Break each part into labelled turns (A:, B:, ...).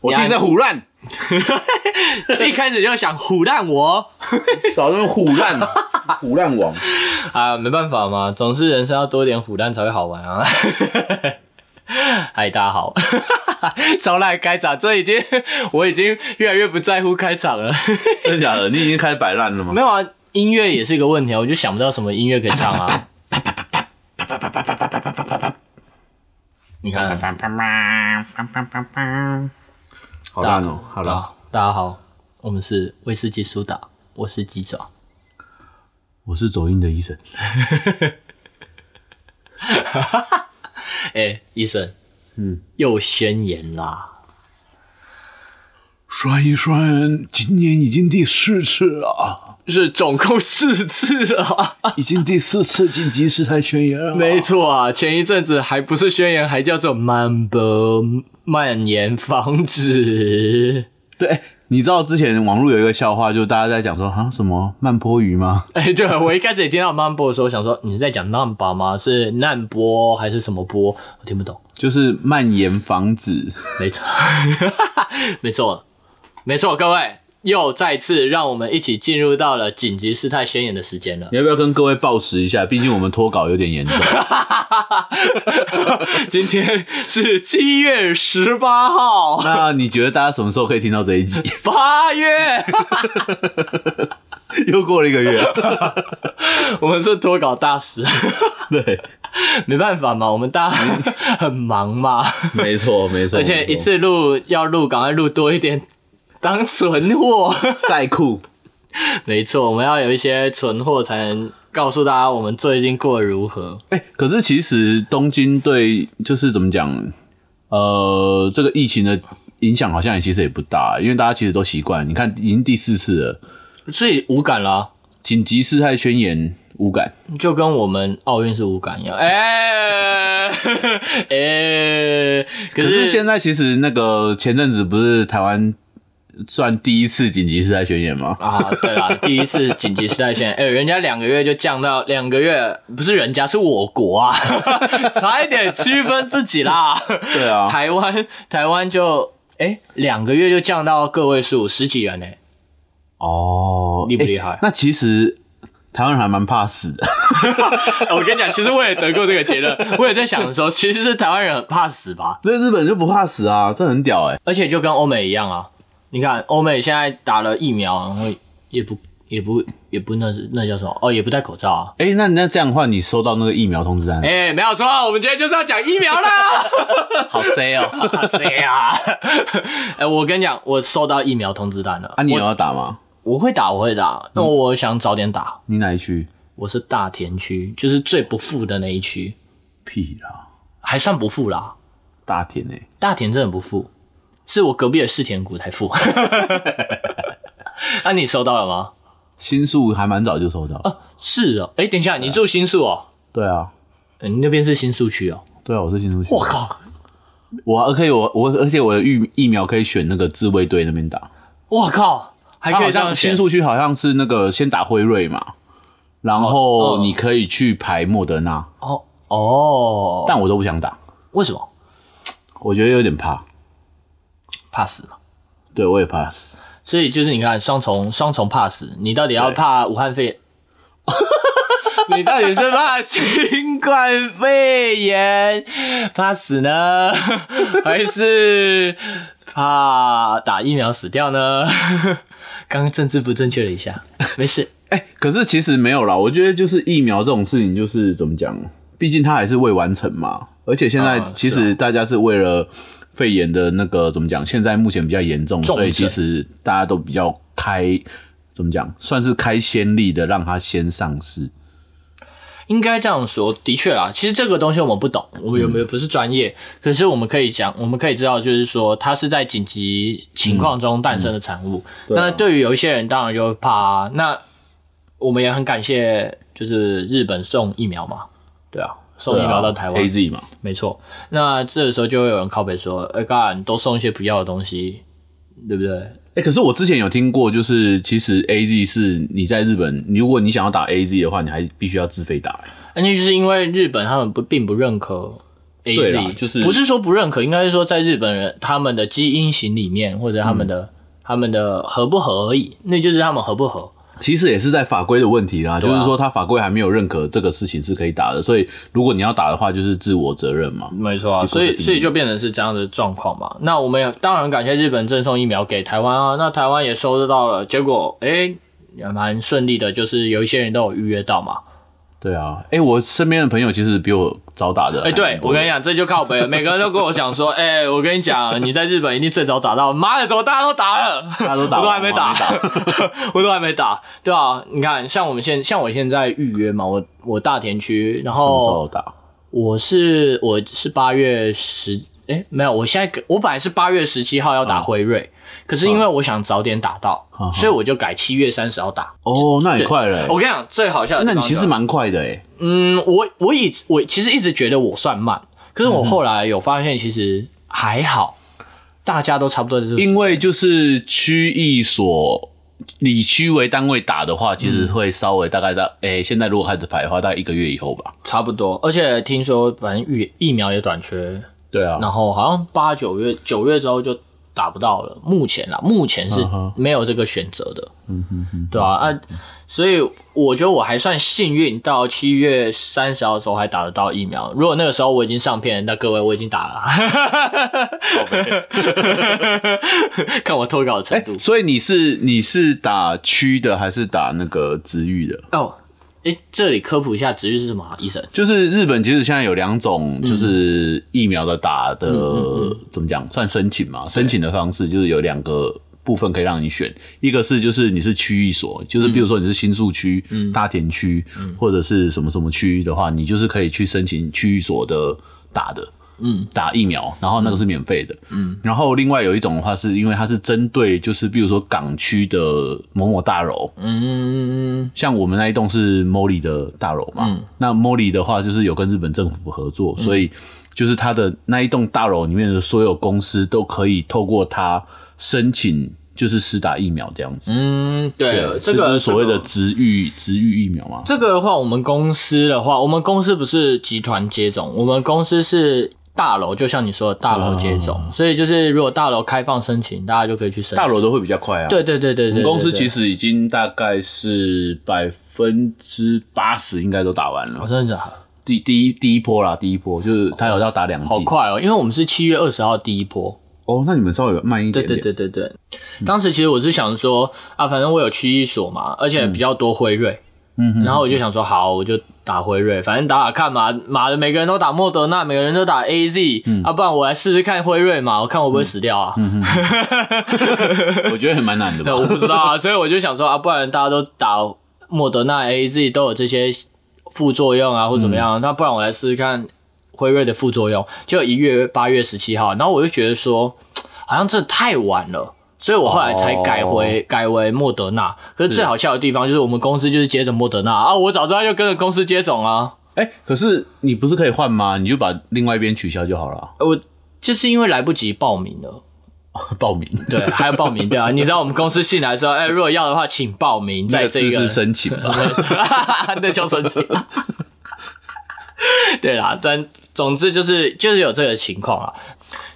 A: 我听你在胡乱，
B: 一开始就想唬烂我
A: 少在那边胡 乱，胡乱王。
C: 啊，没办法嘛，总是人生要多点虎蛋才会好玩啊。 嗨，大家好， 超烂开场，这已经我已经越来越不在乎开场了。
A: 真的假的？你已经开始摆烂了吗？
C: 没有啊，音乐也是一个问题啊，我就想不到什么音乐可以唱啊。你看，
B: 嗯
A: 好烂哦、好了，
C: 啊，大家好，我们是威士忌苏打，我是记者。
A: 我是走音的医生。
C: 哎、医生，
A: 嗯，
C: 又宣言啦，
A: 算一算，今年已经第四次了，
C: 是总共四次了。
A: 已经第四次紧急事态宣言 了。
C: 没错啊，前一阵子还不是宣言，还叫做蔓博蔓延防止。
A: 对，你知道之前网络有一个笑话，就大家在讲说啊什么慢坡鱼吗？
C: 哎、对我一开始也听到蔓波的时候，想说你是在讲难吧吗？是难波还是什么波？我听不懂。
A: 就是蔓延防止。
C: 没错， 没错，没错，各位又再次让我们一起进入到了紧急事态宣言的时间了。
A: 你要不要跟各位报时一下？毕竟我们脱稿有点严 重。
C: 今天是七月十八号，
A: 那啊你觉得大家什么时候可以听到这一集？
C: 八月，
A: 又过了一个月，
C: 我们是脱稿大 使，
A: 对，
C: 没办法嘛，我们大家 很忙嘛，
A: 没错 没错
C: 而且一次录要录，赶快录多一点。当存货，
A: 再酷，
C: 没错，我们要有一些存货，才能告诉大家我们最近过得如何。
A: 哎、可是其实东京对就是怎么讲，呃，这个疫情的影响好像也其实也不大，因为大家其实都习惯。你看，已经第四次了，
C: 所以无感啦、
A: 紧急事态宣言无感，
C: 就跟我们奥运是无感一样，哎、哎、可
A: 可
C: 是
A: 是现在其实那个前阵子不是台湾算第一次紧急事态宣言吗？
C: 啊， 对啦，第一次紧急事态宣言，哎、人家两个月就降到两个月，不是人家是我国啊， 差一点区分自己啦。
A: 对啊，
C: 台湾台湾就哎两、个月就降到个位数十几人呢、
A: 哦，
C: 厉不厉害
A: 欸那其实台湾人还蛮怕死的，
C: 我跟你讲，其实我也得过这个结论， 我也在想说，其实是台湾人很怕死吧。
A: 那日本就不怕死啊，这很屌哎、
C: 而且就跟欧美一样啊，你看欧美现在打了疫苗，然后也不也不也不那是那叫什么哦，也不戴口罩啊。
A: 哎、那那这样的话，你收到那个疫苗通知单，
C: 哎、没有错，我们今天就是要讲疫苗啦。
A: 好 C 哦！
C: 谁啊？哎、我跟你讲，我收到疫苗通知单了。
A: 啊，你有嗯
C: 我
A: 要打吗？
C: 我会打，我会打。那我想早点打。
A: 你哪一区？
C: 我是大田区，就是最不富的那一区，
A: 屁啦，
C: 还算不富啦。
A: 大田哎、
C: 大田真的不富，是我隔壁的世田谷才富。 那、你收到了吗？
A: 新宿还蛮早就收到。
C: 是哦，哎，等一下，你住新宿哦？
A: 对啊，
C: 呃你那边是新宿区哦？
A: 对啊，我是新宿区。
C: 我靠，
A: 我而可以我我而且我的疫疫苗可以选那个自卫队那边打，
C: 我靠，还
A: 它
C: 可
A: 好
C: 以这样
A: 像
C: 选
A: 新宿区好像是那个先打辉瑞嘛，然
C: 哦
A: 后
C: 嗯
A: 你可以去排莫德纳，
C: 哦哦，
A: 但我都不想打，
C: 为什么
A: 我觉得有点怕，
C: 怕死嘛？
A: 对我也怕死。
C: 所以就是你看双重双重怕死，你到底要
A: 对
C: 怕武汉肺？ 你到底是怕新冠肺炎怕死呢， 还是怕打疫苗死掉呢？ 刚刚政治不正确了一下， 没事。
A: 哎可是其实没有啦，我觉得就是疫苗这种事情，就是怎么讲，毕竟它还是未完成嘛。而且现在
C: 啊
A: 其
C: 是
A: 实大家是为了肺炎的那个怎么讲，现在目前比较严重，
C: 重
A: 所以
C: 症
A: 其实大家都比较开怎么讲，算是开先例的，让它先上市。
C: 应该这样说，的确啦。其实这个东西我们不懂，我们有没有不是专业，可是我们可以讲，我们可以知道，就是说它是在紧急情况中诞生的产物。
A: 对啊
C: 那对于有一些人，当然就会怕、啊。那我们也很感谢，就是日本送疫苗嘛，对啊，送疫苗到台湾，
A: A Z 嘛，
C: 没错。那这个时候就会有人靠北说：“哎、干，都送一些不要的东西，对不对
A: 哎、可是我之前有听过，就是其实 A Z 是你在日本，如果你想要打 A Z 的话，你还必须要自费打、？”
C: 那就是因为日本他们不并不认可 A
A: 对啦
C: Z，
A: 就是
C: 不是说不认可，应该是说在日本人他们的基因型里面，或者他们
A: 嗯
C: 的、他们的合不合而已，那就是他们合不合。
A: 其实也是在法规的问题啦，
C: 啊
A: 就是说他法规还没有认可这个事情是可以打的，所以如果你要打的话，就是自我责任嘛。
C: 没错啊，
A: 结果
C: 所
A: 是
C: 以
A: 第一
C: 所以就变成是这样的状况嘛。那我们也当然感谢日本赠送疫苗给台湾啊，那台湾也收得到了，结果哎、诶也蛮顺利的，就是有一些人都有预约到嘛。
A: 对啊，哎、我身边的朋友其实比我早打的。
C: 哎、对我跟你，讲，这就靠北了，每个人都跟我讲 说，哎、我跟你讲，你在日本一定最早打到，妈的，怎么大家都打了？
A: 大家 都打
C: 我
A: 完，
C: 都还没打
A: 我还没打，
C: 我都还没打，对啊，你看，像我们现像我现在预约嘛，我我大田区，然
A: 什么时
C: 后
A: 候打？
C: 我是我是八月十，哎，没有，我现在我本来是八月十七号要打辉瑞，可是因为我想早点打到，
A: 嗯
C: 所以我就改七月三十号打。
A: 哦，那也快了、
C: 我跟你讲，最好笑的地
A: 那
C: 方
A: 你
C: 就是，
A: 其实蛮快的哎、
C: 嗯，我我一直我其实一直觉得我算慢，可是
A: 嗯
C: 我后来有发现，其实还好，大家都差不多就是
A: 因为就是区域所以区为单位打的话，其实会稍微大概到哎、现在如果开始排的话，大概一个月以后吧。
C: 差不多，而且听说反正疫疫苗也短缺，
A: 对啊，
C: 然后好像八九月九月之后就打不到了，目前啦，目前是
A: 嗯哼嗯
C: 没有这个选择的，对啊，啊，所以我觉得我还算幸运，到七月三十号的时候还打得到疫苗。如果那个时候我已经上片，那各位我已经打了啊， 看我脱稿的程
A: 哎、
C: 度
A: 所以你是你是打区的还是打那个直域的？
C: 哦。哎，这里科普一下，植日是什么啊、医生？
A: 就是日本其实现在有两种，就是疫苗的打的、怎么讲，算申请嘛？申请的方式就是有两个部分可以让你选，一个是就是你是区域所，就是比如说你是新宿区、大田区、或者是什么什么区的话，你就是可以去申请区域所的打的。
C: 嗯，
A: 打疫苗，然后那个是免费的，嗯，然后另外有一种的话，是因为它是针对就是比如说港区的某某大楼，
C: 嗯，
A: 像我们那一栋是 Molly 的大楼嘛，
C: 嗯
A: 那 Molly 的话就是有跟日本政府合作，所以就是它的那一栋大楼里面的所有公司都可以透过它申请，就是施打疫苗这样子。
C: 嗯，对，
A: 就
C: 这个
A: 是所谓
C: 这
A: 的
C: 个
A: 植育植育疫苗嘛。
C: 这个的话，我们公司的话，我们公司不是集团接种，我们公司是大楼，就像你说的大楼接种，所以就是如果大楼开放申请，大家就可以去
A: 哦
C: 申请。
A: 大楼都会比较快啊。
C: 对，对对对
A: 我
C: 对
A: 们公司其
C: 实
A: 实已经大概是百分之八十应该都打完
C: 我
A: 了，
C: 哦真的假的
A: 第第一第一波啦，第一波就是他有要打两剂。
C: 好快哦，因为我们是七月二十号第一波。
A: 哦，那你们稍微慢一
C: 对
A: 点
C: 对
A: 点。
C: 对对对，
A: 嗯
C: 当时其实我是想说啊，反正我有区一所嘛，而且比较多辉瑞，
A: 嗯哼
C: 然后我就想说好，我就打辉瑞，反正打打看嘛，妈的，每个人都打莫德纳，每个人都打 A Z，、啊，
A: 嗯
C: 不然我来试试看辉瑞嘛，我看会不会死掉啊。
A: 我觉得很蛮难的吧
C: 对，。 我不知道啊，所以我就想说啊，不然大家都打莫德纳 A Z 都有这些副作用啊，或怎么样，那不然我来试试看辉瑞的副作用。就一月八月十七号，然后我就觉得说，好像这太晚了。所以我后来才改回、改为莫德纳，可是最好笑的地方就是我们公司就是接着莫德纳啊，我早知道就跟着公司接种啊，
A: 哎、可是你不是可以换吗？你就把另外一边取消就好了。
C: 我就是因为来不及报名了。
A: 报 名
C: 对，还要报名对啊！你知道我们公司信来说，哎、如果要的话，请报名，在这
A: 那
C: 个
A: 字是申请 吧？
C: 那叫生气。对啦，但总之就是就是有这个情况啊，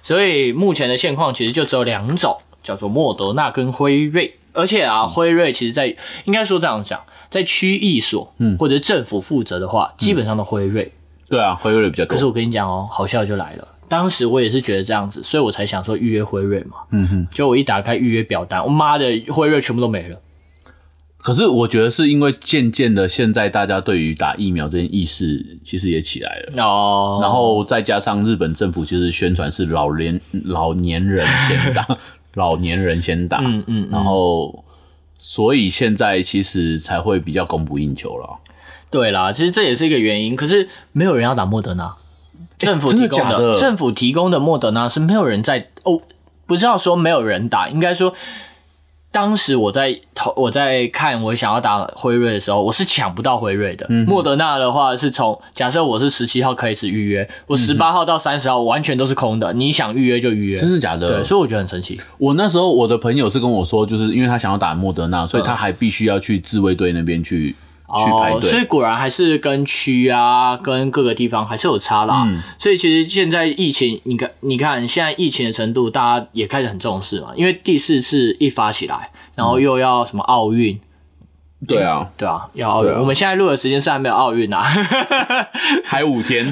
C: 所以目前的现况其实就只有两种，叫做莫德纳跟辉瑞。而且
A: 嗯
C: 啊，辉瑞其实在应该说这样讲，在区役所
A: 嗯
C: 或者政府负责的话，基本上都辉瑞。
A: 对啊，辉瑞比较多。
C: 可是我跟你讲哦，好笑就来了。当时我也是觉得这样子，所以我才想说预约辉瑞嘛。
A: 嗯哼，
C: 就我一打开预约表单，我妈的辉瑞全部都没了。
A: 可是我觉得是因为渐渐的，现在大家对于打疫苗这件意识其实也起来了。
C: 哦，
A: 然后再加上日本政府其实宣传是老年老年人先 打，老年人先打，
C: 嗯嗯，
A: 然后所以现在其实才会比较供不应求了。
C: 对啦，其实这也是一个原因，可是没有人要打莫德纳，政府
A: 真的
C: 提供
A: 假的
C: 政府提供的莫德纳是没有人在哦，不是要说没有人打，应该说当时我在投我在看我想要打辉瑞的时候，我是抢不到辉瑞的。
A: 嗯
C: 莫德纳的话是从假设我是十七号开始预约，我十八号到三十号完全都是空的，你想预约就预约。
A: 真的假的？
C: 对，所以我觉得很神奇。
A: 我那时候嗯我的朋友是跟我说，就是因为他想要打莫德纳，所以他还必须要去自卫队那边去去排
C: 哦，所以
A: 队。
C: 果然还是跟区啊，跟各个地方还是有差啦。
A: 嗯
C: 所以其实现在疫情，你看，你看现在疫情的程度，大家也开始很重视嘛。因为第四次一发起来，然后又要什么奥运，
A: 对啊，
C: 对啊，要奥运。
A: 对啊
C: 我们现在录的时间是还没有奥运啊，
A: 还五 天，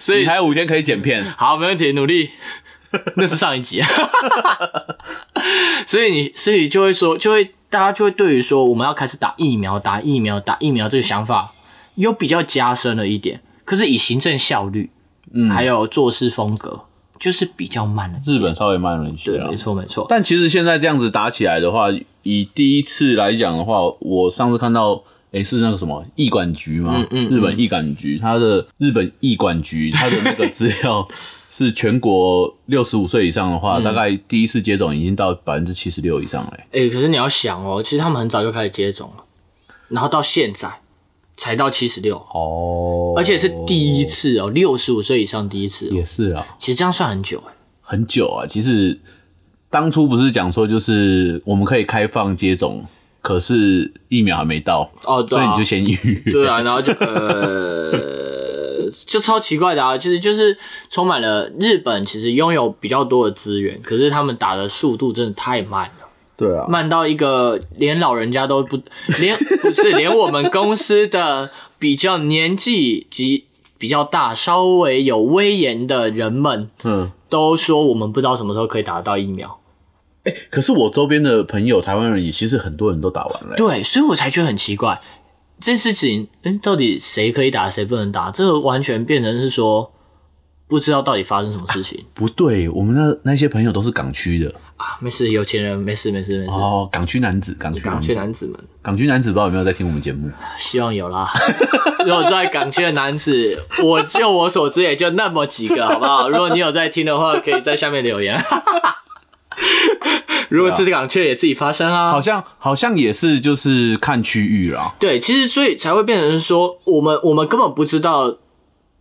C: 所
A: 你
C: 以
A: 还有五天啊可以剪片。
C: 好，没问题，努 力。那是上一集， 所以你所以就会说，就会大家就会对于说我们要开始打疫苗、打疫苗、打疫苗这个想法又比较加深了一点。可是以行政效率，嗯，还有做事风格，就是比较慢了。
A: 日本稍微慢了一些
C: 对，
A: 啊
C: 没，错没错。
A: 但其实现在这样子打起来的话，以第一次来讲的话，我上次看到，诶、是那个什么医管局吗？
C: 嗯嗯
A: 日本医管局，它的日本医管局它的那个资料 是全国六十五岁以上的话，大概第一次接种已经到百分之七十六以上嘞、
C: 哎、可是你要想哦，其实他们很早就开始接种了，然后到现在才到七十六，
A: 哦，
C: 而且是第一，次哦，六十五岁以上第一次哦、
A: 也是啊，
C: 其实这样算很久哎、
A: 很久啊。其实当初不是讲说，就是我们可以开放接种，可是疫苗还没到，
C: 哦对
A: 所
C: 啊
A: 以你就先预 约。
C: 对啊，然后就呃，就超奇怪的啊，其实就是充满了日本其实拥有比较多的资源，可是他们打的速度真的太慢了，
A: 对 啊，
C: 慢到一个连老人家都不连， 不是连我们公司的比较年纪及比较大、稍微有威严的人们
A: 嗯。
C: 都说我们不知道什么时候可以打得到疫苗。
A: 可是我周边的朋友，台湾人也其实很多人都打完了、欸。
C: 对，所以我才觉得很奇怪，这事情，嗯，到底谁可以打，谁不能打？这个完全变成是说，不知道到底发生什么事情
A: 不对，我们那那些朋友都是港区的
C: 啊！没事，有钱人，没事，没事，没事。
A: 哦，港区男子，港区
C: 港
A: 男
C: 区
A: 子，
C: 男子们，
A: 港区男子，不知道有没有在听我们节目？
C: 希望有啦。 如果在港区的男子，我就我所知也就那么几个，好不 好？如果你有在听的话，可以在下面留言。 如果是港区，也自己发声啊。
A: 好像好像也是，就是看区域啦。
C: 对，其实所以才会变成说，我们我们根本不知道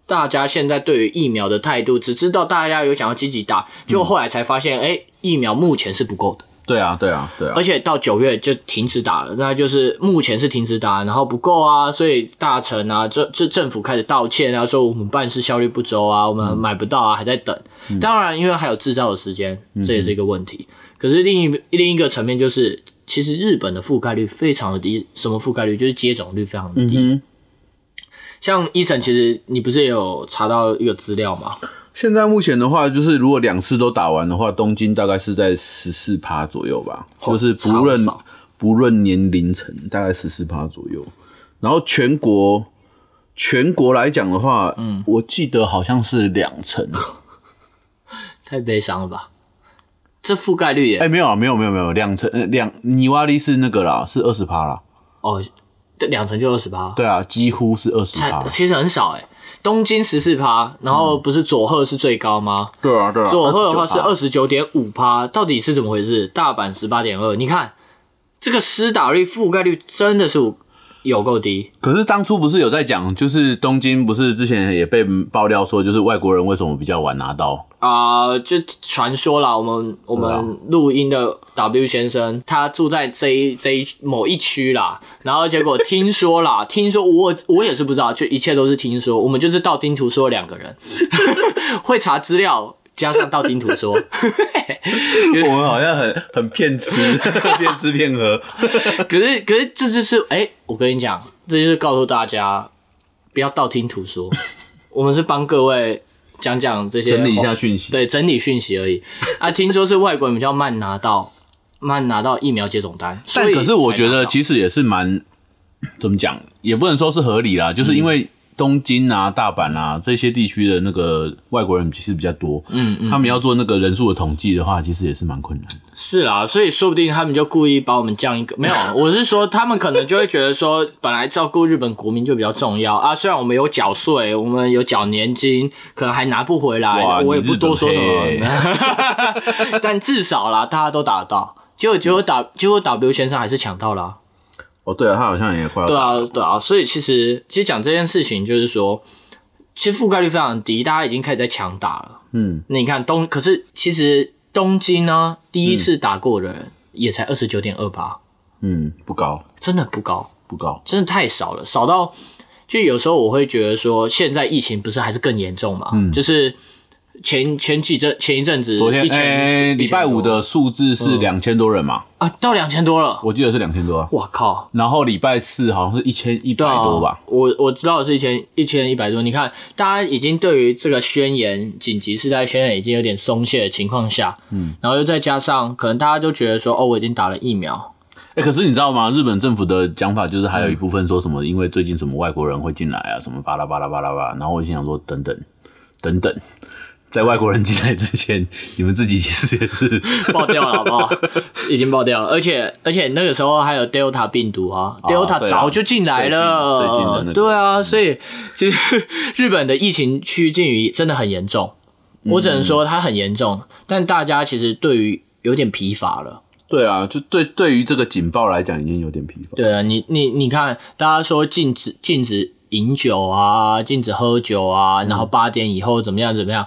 C: 大家现在对于疫苗的态度，只知道大家有想要积极打，结果后来才发现，哎、疫苗目前是不够的，
A: 对啊，对啊，对啊
C: 而。且到九月就停止打了，那就是目前是停止打，然后不够啊，所以大臣啊，这这政府开始道歉啊，说我们办事效率不周啊，我
A: 嗯
C: 们买不到啊，还在等。当然，因为还有制造的时间，
A: 嗯
C: 这也是一个问题。可是另一另一个层面就是。其实日本的覆盖率非常的低，什么覆盖率？就是接种率非常的
A: 嗯
C: 低。
A: 哼，
C: 像伊晨，其实你不是也有查到一个资料吗？
A: 现在目前的话，就是如果两次都打完的话，东京大概是在十四趴左右吧，就
C: 哦
A: 是不论
C: 超少
A: 不论年龄层，大概十四趴左右。然后全国全国来讲的话，嗯，我记得好像是两成。
C: 太悲伤了吧！这覆盖率 也、
A: 哎、没有啊，没有没有没有，两成呃两尼瓦利是那个啦，是二十趴啦。
C: 哦，对，两成就二十八，
A: 对啊，几乎是二十
C: 才
A: 趴。
C: 其实很少哎、东京十四趴，然后不是佐贺是最高吗？
A: 对啊对啊
C: 佐贺的话是嗯二十九点五趴，到底是怎么回事？大阪十八点二，你看这个施打率覆盖率真的是有够低。
A: 可是当初不是有在讲，就是东京不是之前也被爆料说，就是外国人为什么比较晚拿到？
C: 啊、就传说啦，我们我们录音的 W 先生，他住在这一这一某一区啦，然后结果听说啦，听说我我也是不知道，就一切都是听说，我们就是道听途说两个人， 会查资料加上道听途说，
A: 我们好像很很骗吃， 骗吃骗喝。
C: 可是可是这就是哎、我跟你讲，这就是告诉大家不要道听 途说，我们是帮各位讲讲这些
A: 整理一下讯息。
C: 对，整理讯息而已。啊，听说是外国人比较慢拿到慢拿到疫苗接种单，所
A: 但
C: 以
A: 可是我觉
C: 才拿
A: 得
C: 到
A: 其实也是蛮怎么讲，也不能说是合理
C: 嗯
A: 啦，就是因为东京啊、大阪啊这些地区的那个外国人其实比较多，嗯嗯，他们要做那个人数的统计的话，其实也是蛮困难的。
C: 是啦，所以说不定他们就故意把我们降一个。没有， 我是说他们可能就会觉得说，本来照顾日本国民就比较重要啊。虽然我们有缴税，我们有缴年金，可能还拿不回
A: 哇
C: 来，我也
A: 你
C: 不
A: 日本
C: 多说什
A: 黑
C: 么。 但至少啦，大家都打得到。结果结果打结果 W 先生还是抢到了啊、
A: 哦，对啊，他好像也快要
C: 对啊，对啊，所以其实其实讲这件事情，就是说，其实覆盖率非常低，大家已经开始在强打了。
A: 嗯，
C: 那你看东，可是其实东京
A: 嗯
C: 呢，第一次打过的人也才二十九点二八，
A: 嗯不高，
C: 真的不高。
A: 不高。
C: 真的太少了，少到就有时候我会觉得说，现在疫情不是还是更严重嘛？就是前前几阵前一阵子，
A: 嗯昨天
C: 一千
A: 哎，
C: 一千
A: 礼拜五
C: 多
A: 的数字是两千多人嘛，
C: 啊，到两千多了，
A: 我记得是两千多啊。
C: 我靠！
A: 然后礼拜四好像是一千一百
C: 对啊
A: 多吧，
C: 我我知道的是一千一千一百多。你看，大家已经对于这个宣言紧急事态宣言已经有点松懈的情况下，嗯，然后又再加上可能大家都觉得说，哦，我已经打了疫苗，
A: 哎、可是你知道吗？日本政府的讲法就是还有一部分说什么，因为最近什么外国人会进来啊，什么巴拉巴拉巴拉巴拉。然后我就想说，等等等等，在外国人进来之前，你们自己其实也 是
C: 爆掉了，好 不好？已经爆掉了，而且而且那个时候还有 Delta 病毒啊
A: 啊
C: ，Delta
A: 对啊
C: 早就进来了，
A: 最近最近的那个嗯
C: 对啊，所以 其实日本的疫情趋近于真的很严重，
A: 嗯
C: 我只能说它很严重，但大家其实对于有点疲乏了。
A: 对啊，就对对于这个警报来讲，已经有点疲乏。
C: 对啊，你你你看，大家说禁止禁止饮酒啊，禁止喝酒啊，
A: 嗯
C: 然后八点以后怎么样怎么样，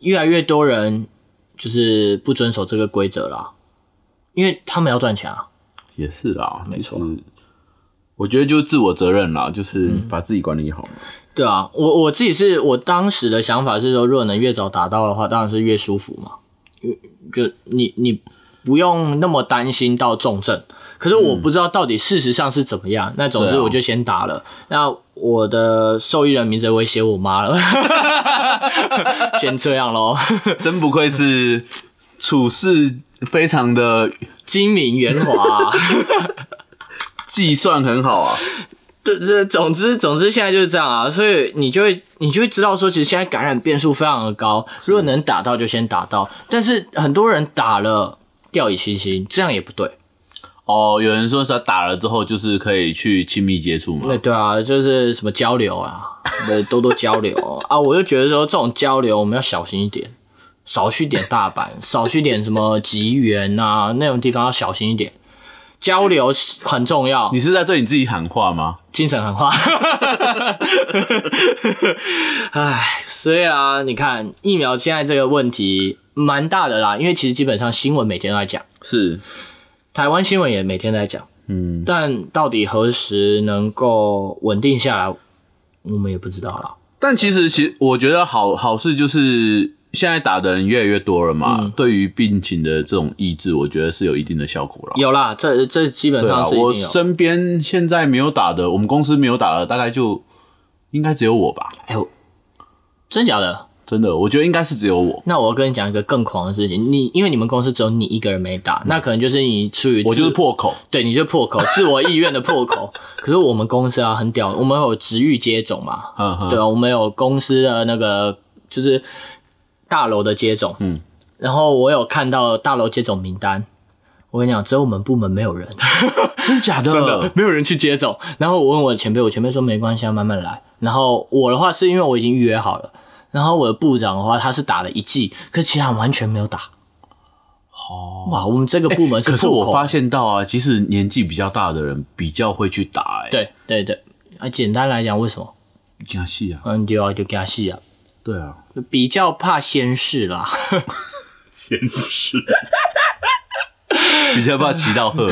C: 越来越多人就是不遵守这个规则啦，因为他们要赚钱啊。
A: 也是啦，没
C: 错。嗯
A: 我觉得就是自我责任啦，就是把自己管理好。
C: 对啊，我我自己是我当时的想法是说，如果能越早达到的话，当然是越舒服嘛，就就你你不用那么担心到重症。可是我不知道到底事实上是怎么样。那总之
A: 嗯对啊
C: 我就先打了。那我的受益人名字我也写我妈了， 先这样喽。
A: 真不愧是处事非常的
C: 精明圆滑、
A: 计算很好啊。
C: 对对，总之总之现在就是这样啊，所以你就会你就会知道说，其实现在感染变数非常的高，如果能打到就先打到，但是很多人打了掉以轻心，这样也不对。
A: 哦，有人说是他打了之后，就是可以去亲密接触嘛？
C: 对对啊，就是什么交流啊，对，多多交流啊，我就觉得说这种交流我们要小心一点，少去点大阪，少去点什么吉原啊那种地方要小心一点，交流是很重要。
A: 你是在对你自己喊话吗？
C: 精神喊话。 唉，所以啊，你看疫苗现在这个问题蛮大的啦，因为其实基本上新闻每天都在讲，
A: 是，
C: 台湾新闻也每天在讲，
A: 嗯，
C: 但到底何时能够稳定下来，我们也不知道啦。
A: 但其实其实我觉得好好事就是现在打的人越来越多了嘛，
C: 嗯
A: 对于病情的这种抑制，我觉得是有一定的效果了。
C: 有啦，这这基本
A: 对啊
C: 上，是一
A: 我
C: 定有。
A: 身边现在没有打的，我们公司没有打的，大概就应该只有我吧。
C: 哎呦，真假的？
A: 真的，我觉得应该是只有我，
C: 那我跟你讲一个更狂的事情，你因为你们公司只有你一个人没打，那可能就是你出于
A: 嗯我就是
C: 自
A: 破口。
C: 对，你就 破口，自我意愿的破口。可是我们公司啊，很屌，我们有职域接种嘛，
A: 嗯哼，
C: 对啊，我们有公司的那个就是大楼的接种，
A: 嗯，
C: 然后我有看到大楼接种名单。我跟你讲，只有我们部门没有人，
A: 真假的？
C: 真的， 没有人去接种。然后我问我的前辈，我前辈说没关系，啊，慢慢来。然后我的话是因为我已经预约好了，然后我的部长的话他是打了一剂，可是其他人完全没有打。
A: 哦。
C: 哇，我们这个部门
A: 可是
C: 破
A: 我
C: 口
A: 发现到啊，其实年纪比较大的人比较会去打、欸，哎，
C: 对对对，啊，简单来讲，为什么？
A: 加戏啊，
C: 嗯，对啊，就给他戏啊，
A: 对啊，
C: 比较怕先试啦。
A: 先是，比较 怕骑到鹤。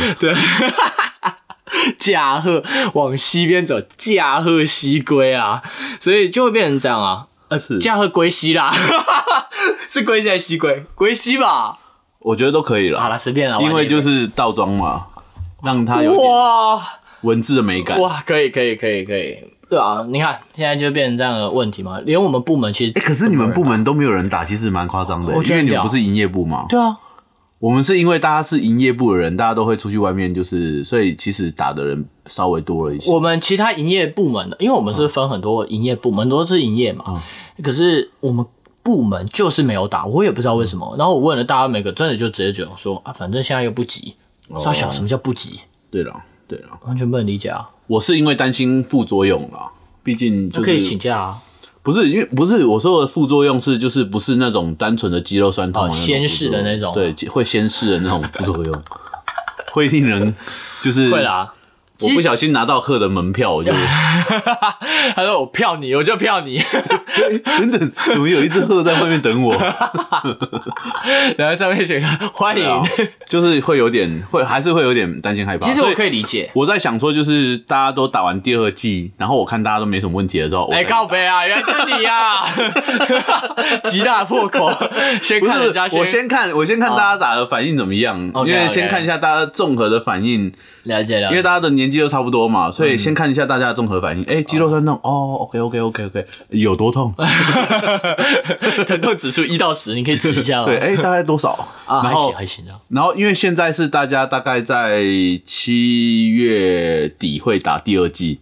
C: 驾鹤往西边走，驾鹤西归啊，所以就会变成这样啊。呃，
A: 是
C: 驾鹤归西啦， 是归西还是西归？归西吧。
A: 我觉得都可以
C: 好啊
A: 了，
C: 啦，随便啦，
A: 因为就是是倒装嘛，让它有点
C: 哇
A: 文字的美感。
C: 哇，可以可以可以可以，对啊，你看现在就变成这样的问题嘛，连我们部门其实
A: 哎、可是你们部门都没有人打，其实蛮夸张的、
C: 我觉
A: 因为
C: 得很
A: 你们
C: 屌
A: 不是营业部嘛。
C: 对啊，
A: 我们是因为大家是营业部的人，大家都会出去外面，就是所以其实打的人稍微多了一些。
C: 我们其他营业部门的，因为我们是分很多营业部门，都是营业
A: 嗯
C: 嘛。可是我们部门就是没有打，我也不知道为什么。然后我问了大家每个，真的就直接讲说啊，反正现在又不急。
A: 哦
C: 傻小，什么叫不急？
A: 对了，对了，
C: 完全不能理解啊！
A: 我是因为担心副作用啦，毕竟就
C: 那
A: 是
C: 可以请假啊，
A: 不是因为不是我说的副作用是就是不是那种单纯的肌肉酸痛啊
C: 哦
A: 的那种
C: 先逝的那种
A: 副作用对，会先逝的那种副作用，会令人就是
C: 会啦，
A: 我不小心拿到贺的门票，我就
C: 他说我票你，我就票你，
A: 等等，怎么有一只鹤在外面等我？
C: 然后上面写个欢
A: 对
C: 迎。
A: 啊，就是会有点会，还是会有点担心害怕。
D: 其实
A: 所
D: 我
A: 以
D: 可以理解，
A: 我在想说，就是大家都打完第二季，然后我看大家都没什么问题的时候，我
C: 哎、
A: 才
C: 靠北啊，原来就是你呀、啊！ 极大破口，先
A: 不
C: 看人家
A: 是我先看，我先看大家打的反应怎么样，
D: OK，
A: 因为
D: OK
A: 先看一下大家综合的反应，
D: 了解了
A: 因为大家的年纪都差不多嘛，所以先看一下大家的综合反应。哎，肌肉酸痛哦，OK OK OK OK，有多痛？
C: 疼痛指数一到十，你可以指一下吗？
A: 对，哎，大概多少？
C: 啊，还
A: 然后
C: 行还行啊。
A: 然后因为现在是大家大概在七月底会打第二季，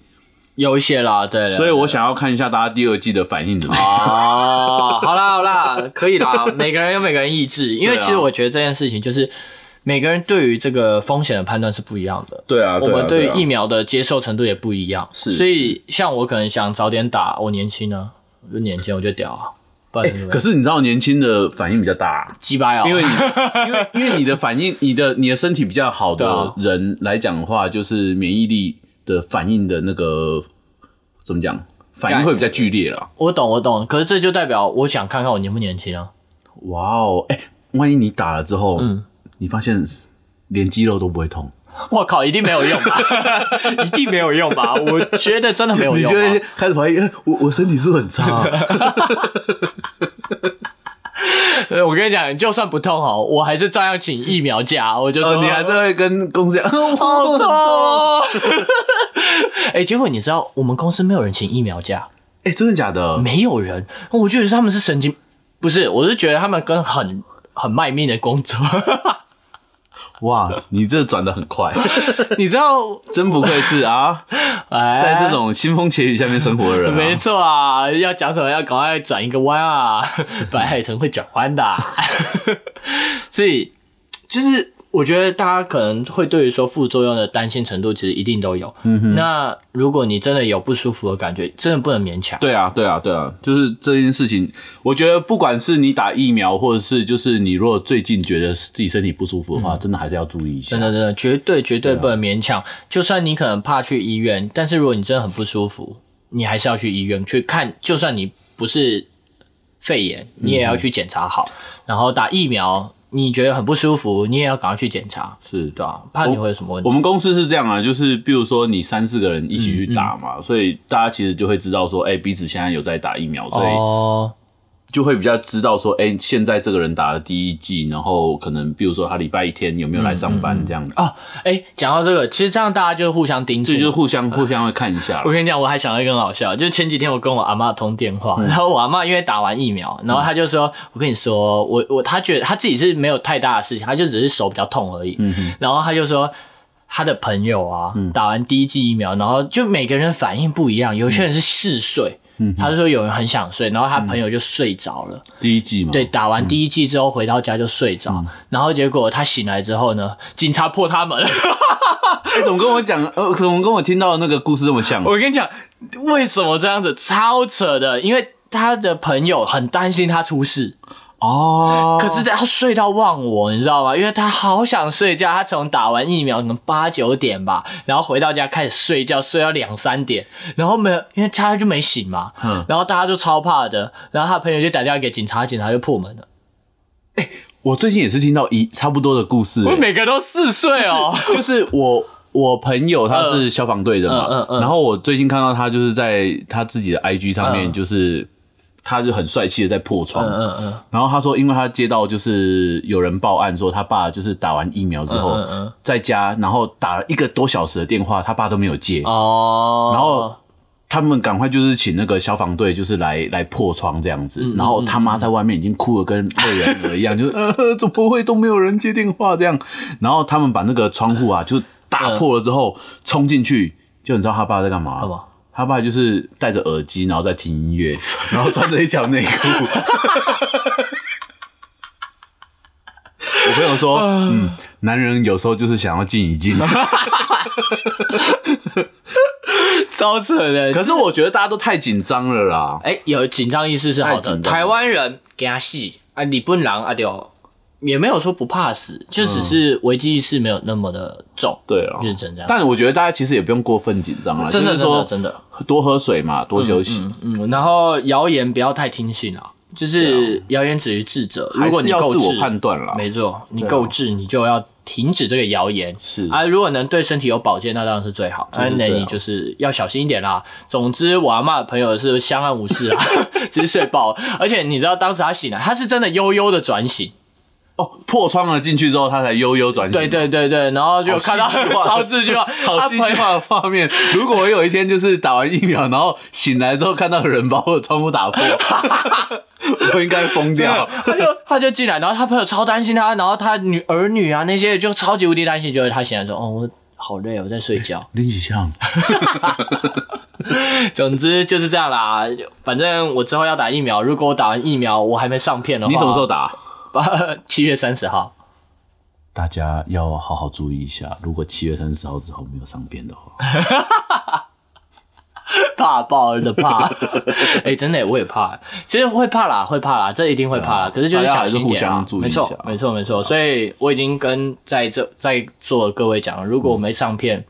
C: 有一些啦，对
A: 所以我想要看一下大家第二季的反应怎么样。
C: 哦，好啦好啦，可以啦，每个人有每个人意志，因为
A: 对啊
C: 其实我觉得这件事情就是每个人对于这个风险的判断是不一样的。
A: 对啊，
C: 我们对
A: 对啊
C: 于疫苗的接受程度也不一样，
A: 是
C: 所以像我可能想早点打，我年轻呢，我就年轻我就屌啊，不然怎么办
A: 哎可是你知道年轻的反应比较大、
C: 鸡掰啊，
A: 因为你因为因 为你的反应，你的你的身体比较好
C: 对
A: 的
C: 啊
A: 人来讲的话，就是免疫力的反应的那个怎么讲，反应会比较剧烈了。
C: 我懂我懂，可是这就代表我想看看我年不年轻啊，
A: 哇哦，哎、万一你打了之后，
C: 嗯
A: 你发现连肌肉都不会痛，
C: 我靠，一定没有用吧， 一定没有用吧，我觉得真的没有
A: 你
C: 用、
A: 就
C: 啊
A: 会，开始怀疑，哎我我身体是不是很差、啊
C: 呃我跟你讲，就算不痛哦，我还是照样请疫苗假，我就说、
A: 哦，你还是会跟公司讲，
C: 好
A: 好
C: 痛哦！ 哎、结果你知道，我们公司没有人请疫苗假，
A: 哎、真的假的？
C: 没有人。我觉得他们是神经，不是，我是觉得他们跟很很卖命的工作。
A: 哇，你这转的很快，
C: 你知道，
A: 真不愧是啊，
C: 哎，
A: 在这种腥风血雨下面生活的人、啊，
C: 没错啊，要讲什么要赶快转一个弯啊，白海豚会转弯的啊、 所以就是我觉得大家可能会对于说副作用的担心程度，其实一定都有。嗯哼，那如果你真的有不舒服的感觉，真的不能勉强。
A: 对啊，对啊，对啊，就是这件事情，我觉得不管是你打疫苗，或者是就是你如果最近觉得自己身体不舒服的话，真的还是要注意一下。
C: 嗯真的，真的，绝对绝
A: 啊
C: 对不能勉强。就算你可能怕去医院，但是如果你真的很不舒服，你还是要去医院去看。就算你不是肺炎，
A: 嗯
C: 你也要去检查好。然后打疫苗，你觉得很不舒服，你也要赶快去检查。
A: 是
C: 对啊，怕你会有什么问
A: 我
C: 题。
A: 们公司是这样啊，就是比如说你三四个人一起去打嘛，
C: 嗯
A: 所以大家其实就会知道说，哎、彼此现在有在打疫苗，所以
C: 哦，
A: 就会比较知道说，哎、现在这个人打了第一剂，然后可能比如说他礼拜一天有没有来上
C: 嗯
A: 班这样子，
C: 哎，讲到这个，其实这样大家就互相叮
A: 所
C: 嘱
A: 以。就互相互相会看一下啦
C: 啊我。跟你讲，我还想到一个很好笑，就前几天我跟我阿嬷通电话，然后我阿嬷因为打完疫苗，然后她就说：“我跟你说，我我她觉得她自己是没有太大的事情，她就只是手比较痛而已。然后她就说。她的朋友啊，打完第一剂疫苗，然后就每个人反应不一样，有些人是嗜睡，她就说有人很想睡，然后她朋友就睡着了。
A: 第一季嘛，
C: 对，，打完第一季之后回到家就睡着，然后结果他醒来之后呢，警察破他门。
A: 哎、怎么跟我讲，呃，怎么跟我听到的那个故事这么像？
C: 我跟你讲，为什么这样子？超扯的，因为他的朋友很担心他出事，
A: 哦，
C: 可是他睡到忘我，你知道吗？因为他好想睡觉，他从打完疫苗可能八九点吧，然后回到家开始睡觉，睡到两三点，然后没有，因为他就没醒嘛，
A: 嗯
C: 然后大家就超怕的，然后他朋友就打电话给警察，警察就破门了。
A: 我最近也是听到一差不多的故事、
C: 我
A: 欸
C: 每个都四岁哦，
A: 就是我我朋友他是消防队的嘛，
C: 嗯嗯嗯
A: 然后我最近看到他就是在他自己的 IG 上面，
C: 嗯
A: 就是、他就很帅气的在破窗，
C: 嗯嗯嗯，
A: 然后他说，因为他接到就是有人报案说他爸就是打完疫苗之后、
C: 嗯嗯嗯
A: 在家，然后打了一个多小时的电话，他爸都没有接，
C: 哦，
A: 然后他们赶快就是请那个消防队，就是来来破窗这样子。然后他妈在外面已经哭得跟泪人儿一样，就是、 呃、怎么会都没有人接电话这样。然后他们把那个窗户啊，就是打破了之后冲进去，就你知道他爸在干嘛？
C: 干嘛？
A: 他爸就是戴着耳机，然后在听音乐，然后穿着一条内裤。我朋友说，嗯，男人有时候就是想要静一静。
C: 超扯的，
A: 可是我觉得大家都太紧张了啦。
C: 哎、有紧张意识是好
A: 太
C: 的。
A: 紧张了
C: 台湾人给他戏啊，日本人啊就也没有说不怕死，就只是危机意识没有那么的重。
A: 对啊，
C: 就是真的
A: 但我觉得大家其实也不用过分紧张啊，
C: 真的
A: 就是说
C: 真的
A: 多喝水嘛，多休息。
C: 嗯，然后谣言不要太听信啊，就是谣言止于智者。
A: 还
C: 如果
A: 是
C: 你
A: 要
C: 够
A: 自我
C: 智，
A: 判断啦。啊
C: 没错，你够智，你就要停止这个谣言。
A: 是
C: 啊，如果能对身体有保健，那当然是最好。
A: 是
C: 但
A: 最
C: 那
A: 好
C: 你就是要小心一点啦。总之，我阿妈的朋友是相安无事 啊，直接睡爆了。而且你知道，当时他醒来，他是真的悠悠的转醒。
A: 哦，破窗了进去之后，他才悠悠转醒。
C: 对对对对，然后就看到
A: 嗯好戏剧 化 啊
C: 超市就要
A: 好
C: 他
A: 戏
C: 朋
A: 剧
C: 友
A: 化的画面。如果我有一天就是打完疫苗，然后醒来之后看到有人把我的窗户 打破，我应该疯掉。
C: 他就他就进来，然后他朋友超担心他，然后他女儿女啊那些就超级无敌担心，就是他醒来说：“哦，我好累，我在睡觉。”
A: 林启强，
C: 总之就是这样啦，反正我之后要打疫苗，如果我打完疫苗我还没上片的话，
A: 你什么时候？打？
C: 七月三十号。
A: 大家要好好注意一下，如果七月三十号之后没有上片的话，
C: 怕爆了的怕， 哎、真的我也怕，其实会怕啦，会怕啦，这一定会怕
A: 对
C: 啦。
A: 啊
C: 可是就是小心一点
A: 大家
C: 啦
A: 还是互相注意
C: 没
A: 一下啊
C: 错，没错，没错。所以我已经跟在这在座的各位讲了，如果我没上片，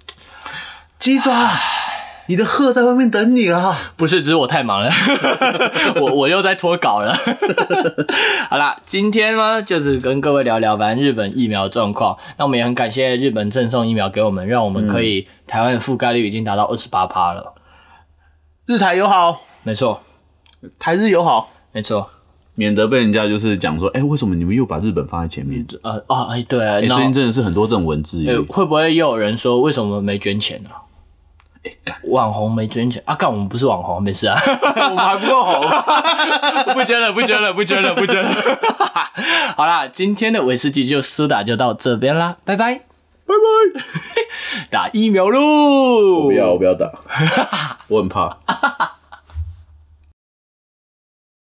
A: 鸡爪，你的鹤在外面等你啦。
C: 不是，只是我太忙了， 我我又在脱稿了。 好啦，今天呢，就是跟各位聊聊反正日本疫苗状况。那我们也很感谢日本赠送疫苗给我们，让我们可以、
A: 嗯
C: 台湾的覆盖率已经达到二十八趴了。
A: 日台友好，
C: 没错，
A: 台日友好，
C: 没错。
A: 免得被人家就是讲说，哎、为什么你们又把日本放在前面？
C: 呃哦，哎，对啊，
A: 哎、
C: 那、
A: 最近真的是很多这种文字
C: 哎
A: 游
C: 会不会又有人说为什么没捐钱呢、啊？网红没捐钱啊？干，我们不是网红，没事 啊。
A: 我们还不够好。
C: 不捐了，不捐了，不捐了，不捐 了。好啦，今天的威士忌就苏打就到这边啦，拜拜，拜 拜，打疫苗喽！
A: 不要，我不要打，我很怕。